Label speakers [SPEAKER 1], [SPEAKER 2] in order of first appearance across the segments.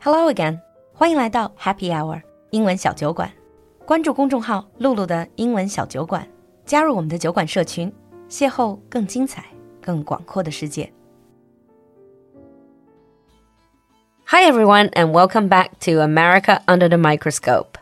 [SPEAKER 1] Hello again，欢迎来到 Happy Hour 英文小酒馆。关注公众号“露露的英文小酒馆”，加入我们的酒馆社群，邂逅更精彩、更广阔的世界。Hi everyone and welcome back to America Under the Microscope。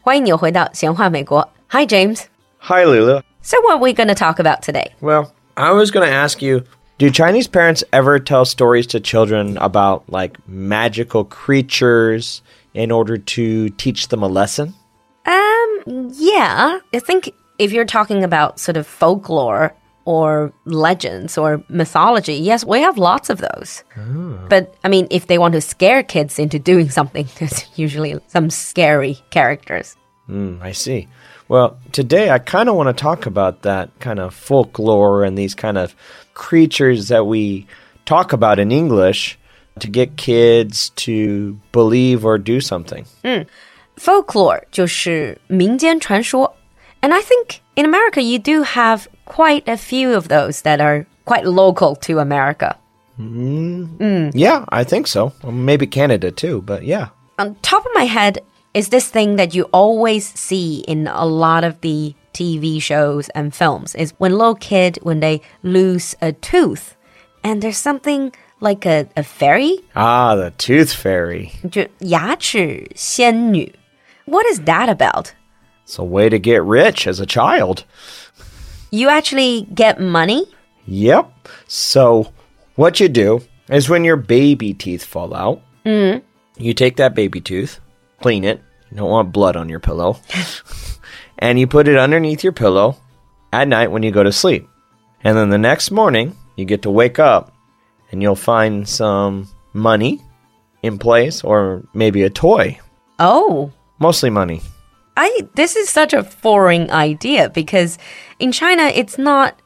[SPEAKER 1] 欢迎你又回到闲话美国。Hi James。
[SPEAKER 2] Hi, Lulu.
[SPEAKER 1] So what are we going to talk about today?
[SPEAKER 2] Well, I was going to ask you do Chinese parents ever tell stories to children about like magical creatures in order to teach them a lesson?
[SPEAKER 1] Um, yeah. I think if you're talking about sort of folklore or legends or mythology, yes, we have lots of those. But I mean, if they want to scare kids into doing something, there's usually some scary characters.
[SPEAKER 2] Hmm, I see. Well, today I kind of want to talk about that kind of folklore and these kind of creatures that we talk about in English to get kids to believe or do something.
[SPEAKER 1] Folklore 就是民间传说. And I think in America, you do have quite a few of those that are quite local to America.
[SPEAKER 2] Yeah, I think so. Well, maybe Canada too, but yeah.
[SPEAKER 1] on top of my head is this thing that you always see in a lot of the TV shows and films is when little kid when they lose a tooth and there's something like a, a fairy
[SPEAKER 2] Ah, the tooth fairy.
[SPEAKER 1] 就牙齿仙女. What is that about?
[SPEAKER 2] It's a way to get rich as a child.
[SPEAKER 1] You actually get money?
[SPEAKER 2] Yep. So, what you do is when your baby teeth fall out, you take that baby tooth, clean it. You don't want blood on your pillow. and you put it underneath your pillow at night when you go to sleep. And then the next morning, you get to wake up and you'll find some money in place or maybe a toy.
[SPEAKER 1] Oh,
[SPEAKER 2] Mostly money.
[SPEAKER 1] I this is such a foreign idea because in China it's not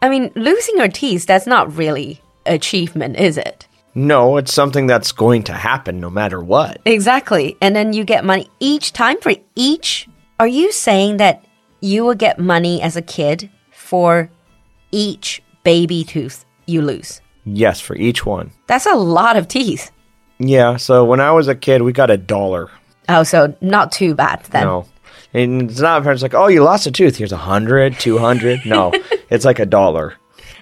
[SPEAKER 1] I mean losing your teeth that's not really achievement, is it?
[SPEAKER 2] No, it's something that's going to happen no matter what.
[SPEAKER 1] Exactly. And then you get money each time for each. Are you saying that you will get money as a kid for each baby tooth you lose?
[SPEAKER 2] Yes, for each one.
[SPEAKER 1] That's a lot of teeth.
[SPEAKER 2] Yeah, so when I was a kid, we got a dollar.
[SPEAKER 1] Oh, so not too bad then.
[SPEAKER 2] No. And it's not parents like, oh, you lost a tooth. Here's a hundred, two hundred. No, it's like a dollar.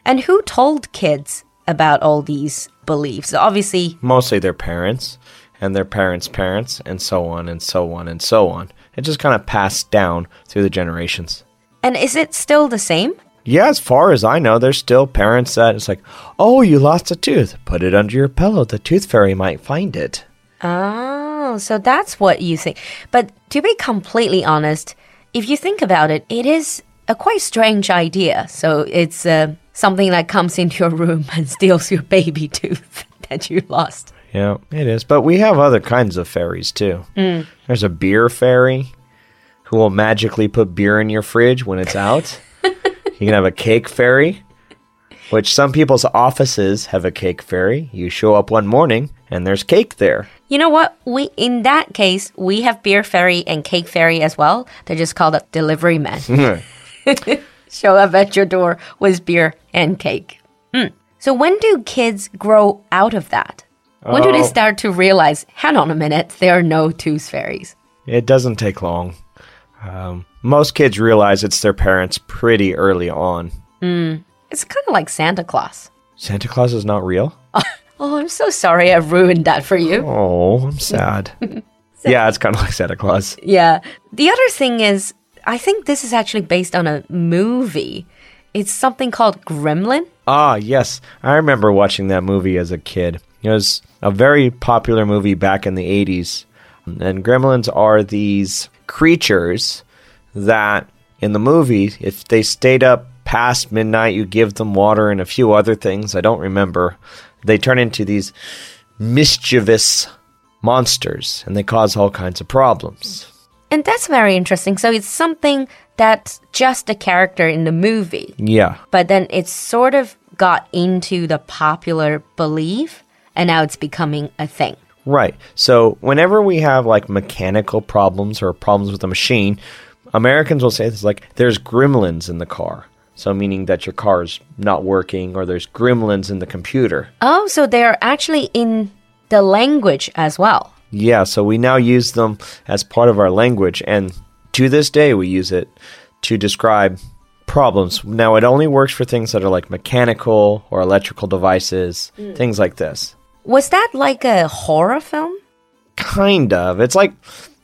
[SPEAKER 1] And who told kids about all these beliefs? Obviously,
[SPEAKER 2] Mostly their parents and their parents' parents, and so on and so on and so on. It just kind of passed down through the generations.
[SPEAKER 1] and is it still the same?
[SPEAKER 2] Yeah, as far as I know, there's still parents that it's like, oh, you lost a tooth. Put it under your pillow. The tooth fairy might find it.
[SPEAKER 1] Oh, so that's what you think. But to be completely honest, if you think about it, it is a quite strange idea. So it's uh, something that comes into your room and steals your baby tooth that you lost.
[SPEAKER 2] Yeah, it is. But we have other kinds of fairies too. There's a beer fairy who will magically put beer in your fridge when it's out. you can have a cake fairy, which some people's offices have a cake fairy. You show up one morning and there's cake there.
[SPEAKER 1] You know what? We in that case, we have beer fairy and cake fairy as well. They're just called a delivery man. Show up at your door with beer and cake. Mm. So when do kids grow out of that? When do they
[SPEAKER 2] Oh.
[SPEAKER 1] start to realize, hang on a minute, there are no tooth fairies?
[SPEAKER 2] It doesn't take long. Um, most kids realize it's their parents pretty early on.
[SPEAKER 1] It's kind of like Santa Claus.
[SPEAKER 2] Santa Claus is not real?
[SPEAKER 1] Oh, I'm so sorry I ruined that for you.
[SPEAKER 2] Oh, I'm sad. yeah, it's kind of like Santa Claus.
[SPEAKER 1] Yeah. The other thing is, I think this is actually based on a movie. It's something called Gremlin.
[SPEAKER 2] Ah, yes. I remember watching that movie as a kid. It was a very popular movie back in the 80s. And gremlins are these creatures that, in the movie, if they stayed up past midnight, you give them water and a few other things. I don't remember. They turn into these mischievous monsters and they cause all kinds of problems.
[SPEAKER 1] And that's very interesting. So it's something that's just a character in the movie,
[SPEAKER 2] Yeah.
[SPEAKER 1] but then it's sort of got into the popular belief, and now it's becoming a thing.
[SPEAKER 2] Right. So whenever we have like mechanical problems or problems with a machine, Americans will say this like there's gremlins in the car. So meaning that your car's not working or there's gremlins in the computer.
[SPEAKER 1] Oh, so they're actually in the language as well.
[SPEAKER 2] Yeah, so we now use them as part of our language, and to this day, we use it to describe problems. Now, it only works for things that are like mechanical or electrical devices, things like this.
[SPEAKER 1] Was that like a horror film?
[SPEAKER 2] Kind of. It's like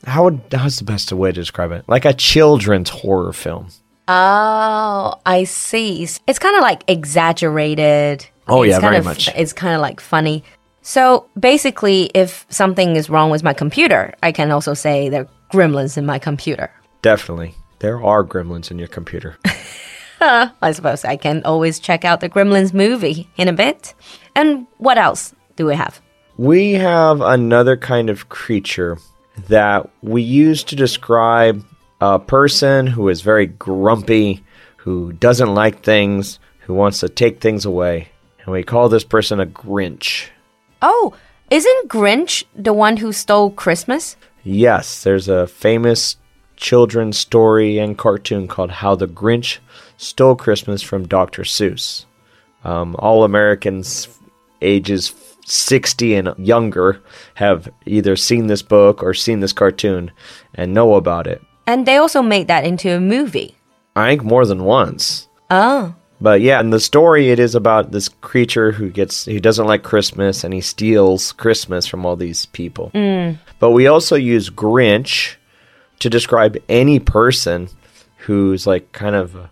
[SPEAKER 2] how would, how's the best way to describe it? Like a children's horror film.
[SPEAKER 1] Oh, I see. It's kind of like exaggerated.
[SPEAKER 2] Oh,
[SPEAKER 1] It's
[SPEAKER 2] yeah,
[SPEAKER 1] kind
[SPEAKER 2] very
[SPEAKER 1] of-
[SPEAKER 2] much.
[SPEAKER 1] It's kind of like funny. So basically, if something is wrong with my computer, I can also say there are gremlins in my computer.
[SPEAKER 2] Definitely. There are gremlins in your computer.
[SPEAKER 1] I suppose I can always check out the Gremlins movie in a bit. And what else do we have?
[SPEAKER 2] We have another kind of creature that we use to describe a person who is very grumpy, who doesn't like things, who wants to take things away. And we call this person a Grinch.
[SPEAKER 1] Oh, isn't Grinch the one who stole Christmas?
[SPEAKER 2] Yes, there's a famous children's story and cartoon called How the Grinch Stole Christmas from Dr. Seuss. Um, all Americans ages 60 and younger have either seen this book or seen this cartoon and know about it.
[SPEAKER 1] And they also made that into a movie.
[SPEAKER 2] I think more than once.
[SPEAKER 1] Oh,
[SPEAKER 2] But yeah, in the story, it is about this creature who gets who doesn't like Christmas and he steals Christmas from all these people. But we also use Grinch to describe any person who's like kind of a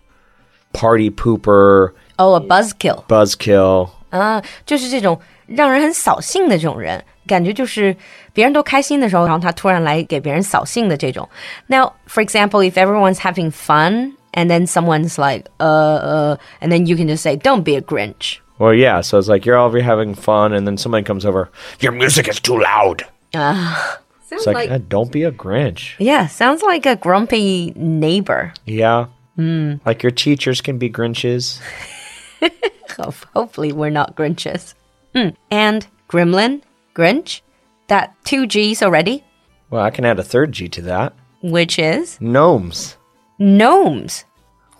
[SPEAKER 2] party pooper,
[SPEAKER 1] oh, a buzzkill.
[SPEAKER 2] buzzkill.
[SPEAKER 1] 啊，就是这种让人很扫兴的这种人，感觉就是别人都开心的时候，然后他突然来给别人扫兴的这种。Now, for example, if everyone's having fun and then someone's like, uh, uh, and then you can just say, "Don't be a Grinch."
[SPEAKER 2] Well, yeah, so it's like you're all having fun, and then somebody comes over. Your music is too loud.
[SPEAKER 1] Sounds
[SPEAKER 2] It's like, "Eh, don't be a Grinch.
[SPEAKER 1] yeah, sounds like a grumpy neighbor.
[SPEAKER 2] Yeah, like your teachers can be Grinches.
[SPEAKER 1] Ho- Hopefully, we're not Grinches. Hmm. And Gremlin, Grinch, that two G's already,
[SPEAKER 2] Well, I can add a third G to that.
[SPEAKER 1] which is
[SPEAKER 2] Gnomes.
[SPEAKER 1] gnomes.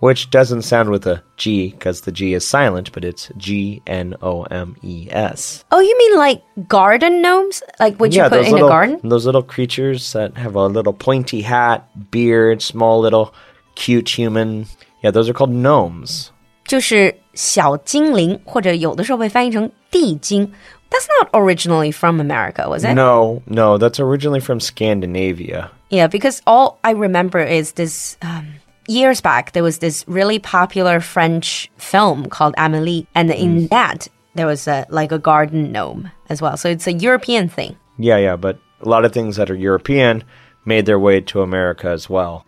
[SPEAKER 2] which doesn't sound with a G because the G is silent, but it's G N O M E S.
[SPEAKER 1] Oh, you mean like garden gnomes? Like what you put in
[SPEAKER 2] little
[SPEAKER 1] a garden?
[SPEAKER 2] those little creatures that have a little pointy hat, beard, small little cute human. Yeah, those are called gnomes.
[SPEAKER 1] 就是小精灵，或者有的时候被翻译成地精。That's not originally from America, was it?
[SPEAKER 2] No, no, that's originally from Scandinavia.
[SPEAKER 1] Yeah, because all I remember is this. Um, years back, there was this really popular French film called Amélie, and in that there was a like a garden gnome as well. So it's a European thing.
[SPEAKER 2] Yeah, yeah, but a lot of things that are European made their way to America as well.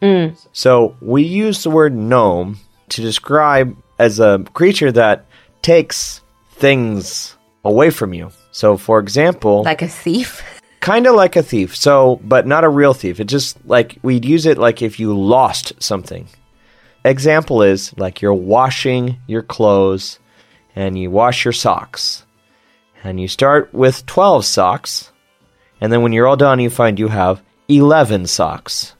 [SPEAKER 2] So we use the word gnome to describe as a creature that takes things away from you. So, for example,
[SPEAKER 1] Like a thief.
[SPEAKER 2] kind of like a thief. So, but not a real thief. It's just like we'd use it like if you lost something. Example is like you're washing your clothes and you wash your socks. And you start with 12 socks. And then when you're all done, you find you have 11 socks.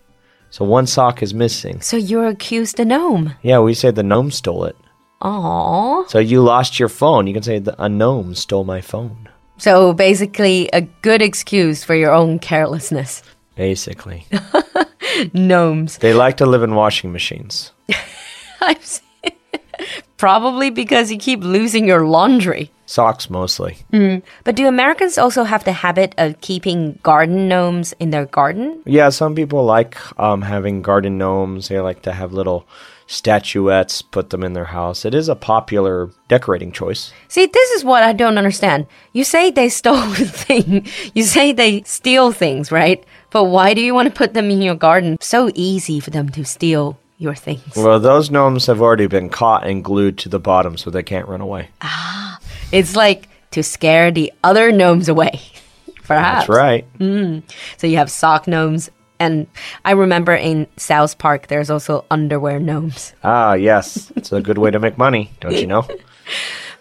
[SPEAKER 2] So one sock is missing.
[SPEAKER 1] So you're accused a gnome.
[SPEAKER 2] Yeah, we say the gnome stole it.
[SPEAKER 1] Aww.
[SPEAKER 2] So you lost your phone. You can say the, a gnome stole my phone,
[SPEAKER 1] So basically, a good excuse for your own carelessness.
[SPEAKER 2] basically.
[SPEAKER 1] Gnomes.
[SPEAKER 2] they like to live in washing machines.
[SPEAKER 1] I'm s- Probably because you keep losing your laundry.
[SPEAKER 2] Socks mostly.
[SPEAKER 1] But do Americans also have the habit of keeping garden gnomes in their garden?
[SPEAKER 2] Yeah, some people like um, having garden gnomes. They like to have little statuettes, put them in their house. It is a popular decorating choice.
[SPEAKER 1] See, this is what I don't understand. You say they stole the thing. You say they steal things, right? But why do you want to put them in your garden? So easy for them to steal your things.
[SPEAKER 2] Well, those gnomes have already been caught and glued to the bottom so they can't run away.
[SPEAKER 1] It's like to scare the other gnomes away. Perhaps.
[SPEAKER 2] That's right.
[SPEAKER 1] So you have sock gnomes. And I remember in South Park, there's also underwear gnomes.
[SPEAKER 2] Ah, yes. It's a good way to make money, don't you know?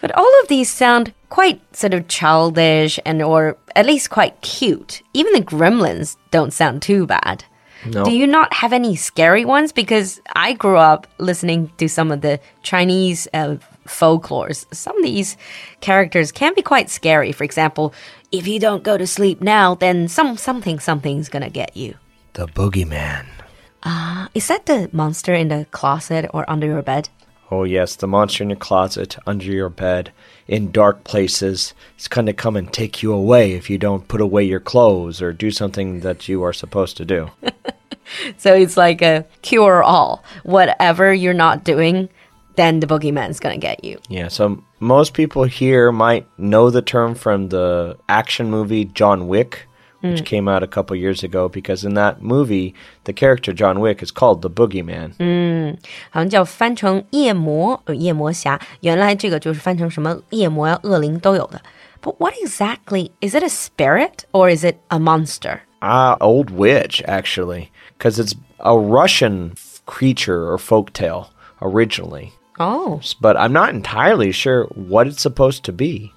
[SPEAKER 1] But all of these sound quite sort of childish and or at least quite cute. Even the gremlins don't sound too bad.
[SPEAKER 2] No.
[SPEAKER 1] Do you not have any scary ones? Because I grew up listening to some of the Chinese uh, folklores, some of these characters can be quite scary. For example, if you don't go to sleep now, then some something something's gonna get you.
[SPEAKER 2] The boogeyman.
[SPEAKER 1] Uh, is that the monster in the closet or under your bed?
[SPEAKER 2] Oh, yes, the monster in your closet, under your bed, in dark places. It's going to come and take you away if you don't put away your clothes or do something that you are supposed to do.
[SPEAKER 1] So it's like a cure all. Whatever you're not doing, then the boogeyman's gonna get you.
[SPEAKER 2] yeah, so most people here might know the term from the action movie John Wick, which
[SPEAKER 1] Hmm.
[SPEAKER 2] came out a couple years ago, because in that movie, the character John Wick is called the boogeyman.
[SPEAKER 1] Hmm. 好像叫翻成夜魔呃夜魔侠，原来这个就是翻成什么夜魔呀、恶灵都有的。But what exactly is it? A spirit or is it a monster?
[SPEAKER 2] Ah, old witch, actually, because it's a Russian f- creature or folktale originally.
[SPEAKER 1] Oh,
[SPEAKER 2] but I'm not entirely sure what it's supposed to be.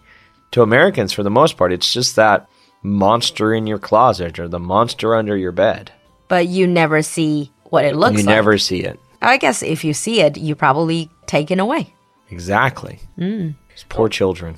[SPEAKER 2] To Americans, for the most part, it's just that monster in your closet or the monster under your bed.
[SPEAKER 1] but you never see what it looks
[SPEAKER 2] you
[SPEAKER 1] like.
[SPEAKER 2] never see it.
[SPEAKER 1] I guess if you see it, you probably take it away.
[SPEAKER 2] Exactly. It's poor children.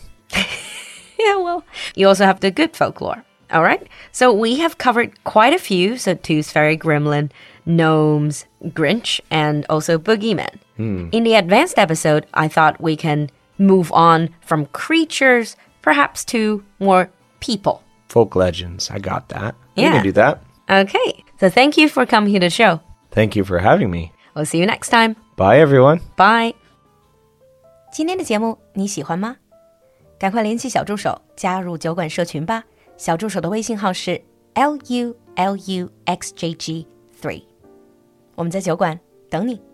[SPEAKER 1] Yeah, well, you also have the good folklore. All right. So we have covered quite a few. So Tooth Fairy, Gremlin, Gnomes, Grinch, and also Boogeyman. In the advanced episode, I thought we can move on from creatures perhaps to more people.
[SPEAKER 2] Folk legends. I got that. We
[SPEAKER 1] Yeah.
[SPEAKER 2] can do that.
[SPEAKER 1] Okay. So thank you for coming to the show.
[SPEAKER 2] Thank you for having me.
[SPEAKER 1] We'll see you next time.
[SPEAKER 2] Bye, everyone.
[SPEAKER 1] Bye. 今天的节目你喜欢吗？赶快联系小助手加入酒馆社群吧。小助手的微信号是 l u l u x j g three，我们在酒馆等你。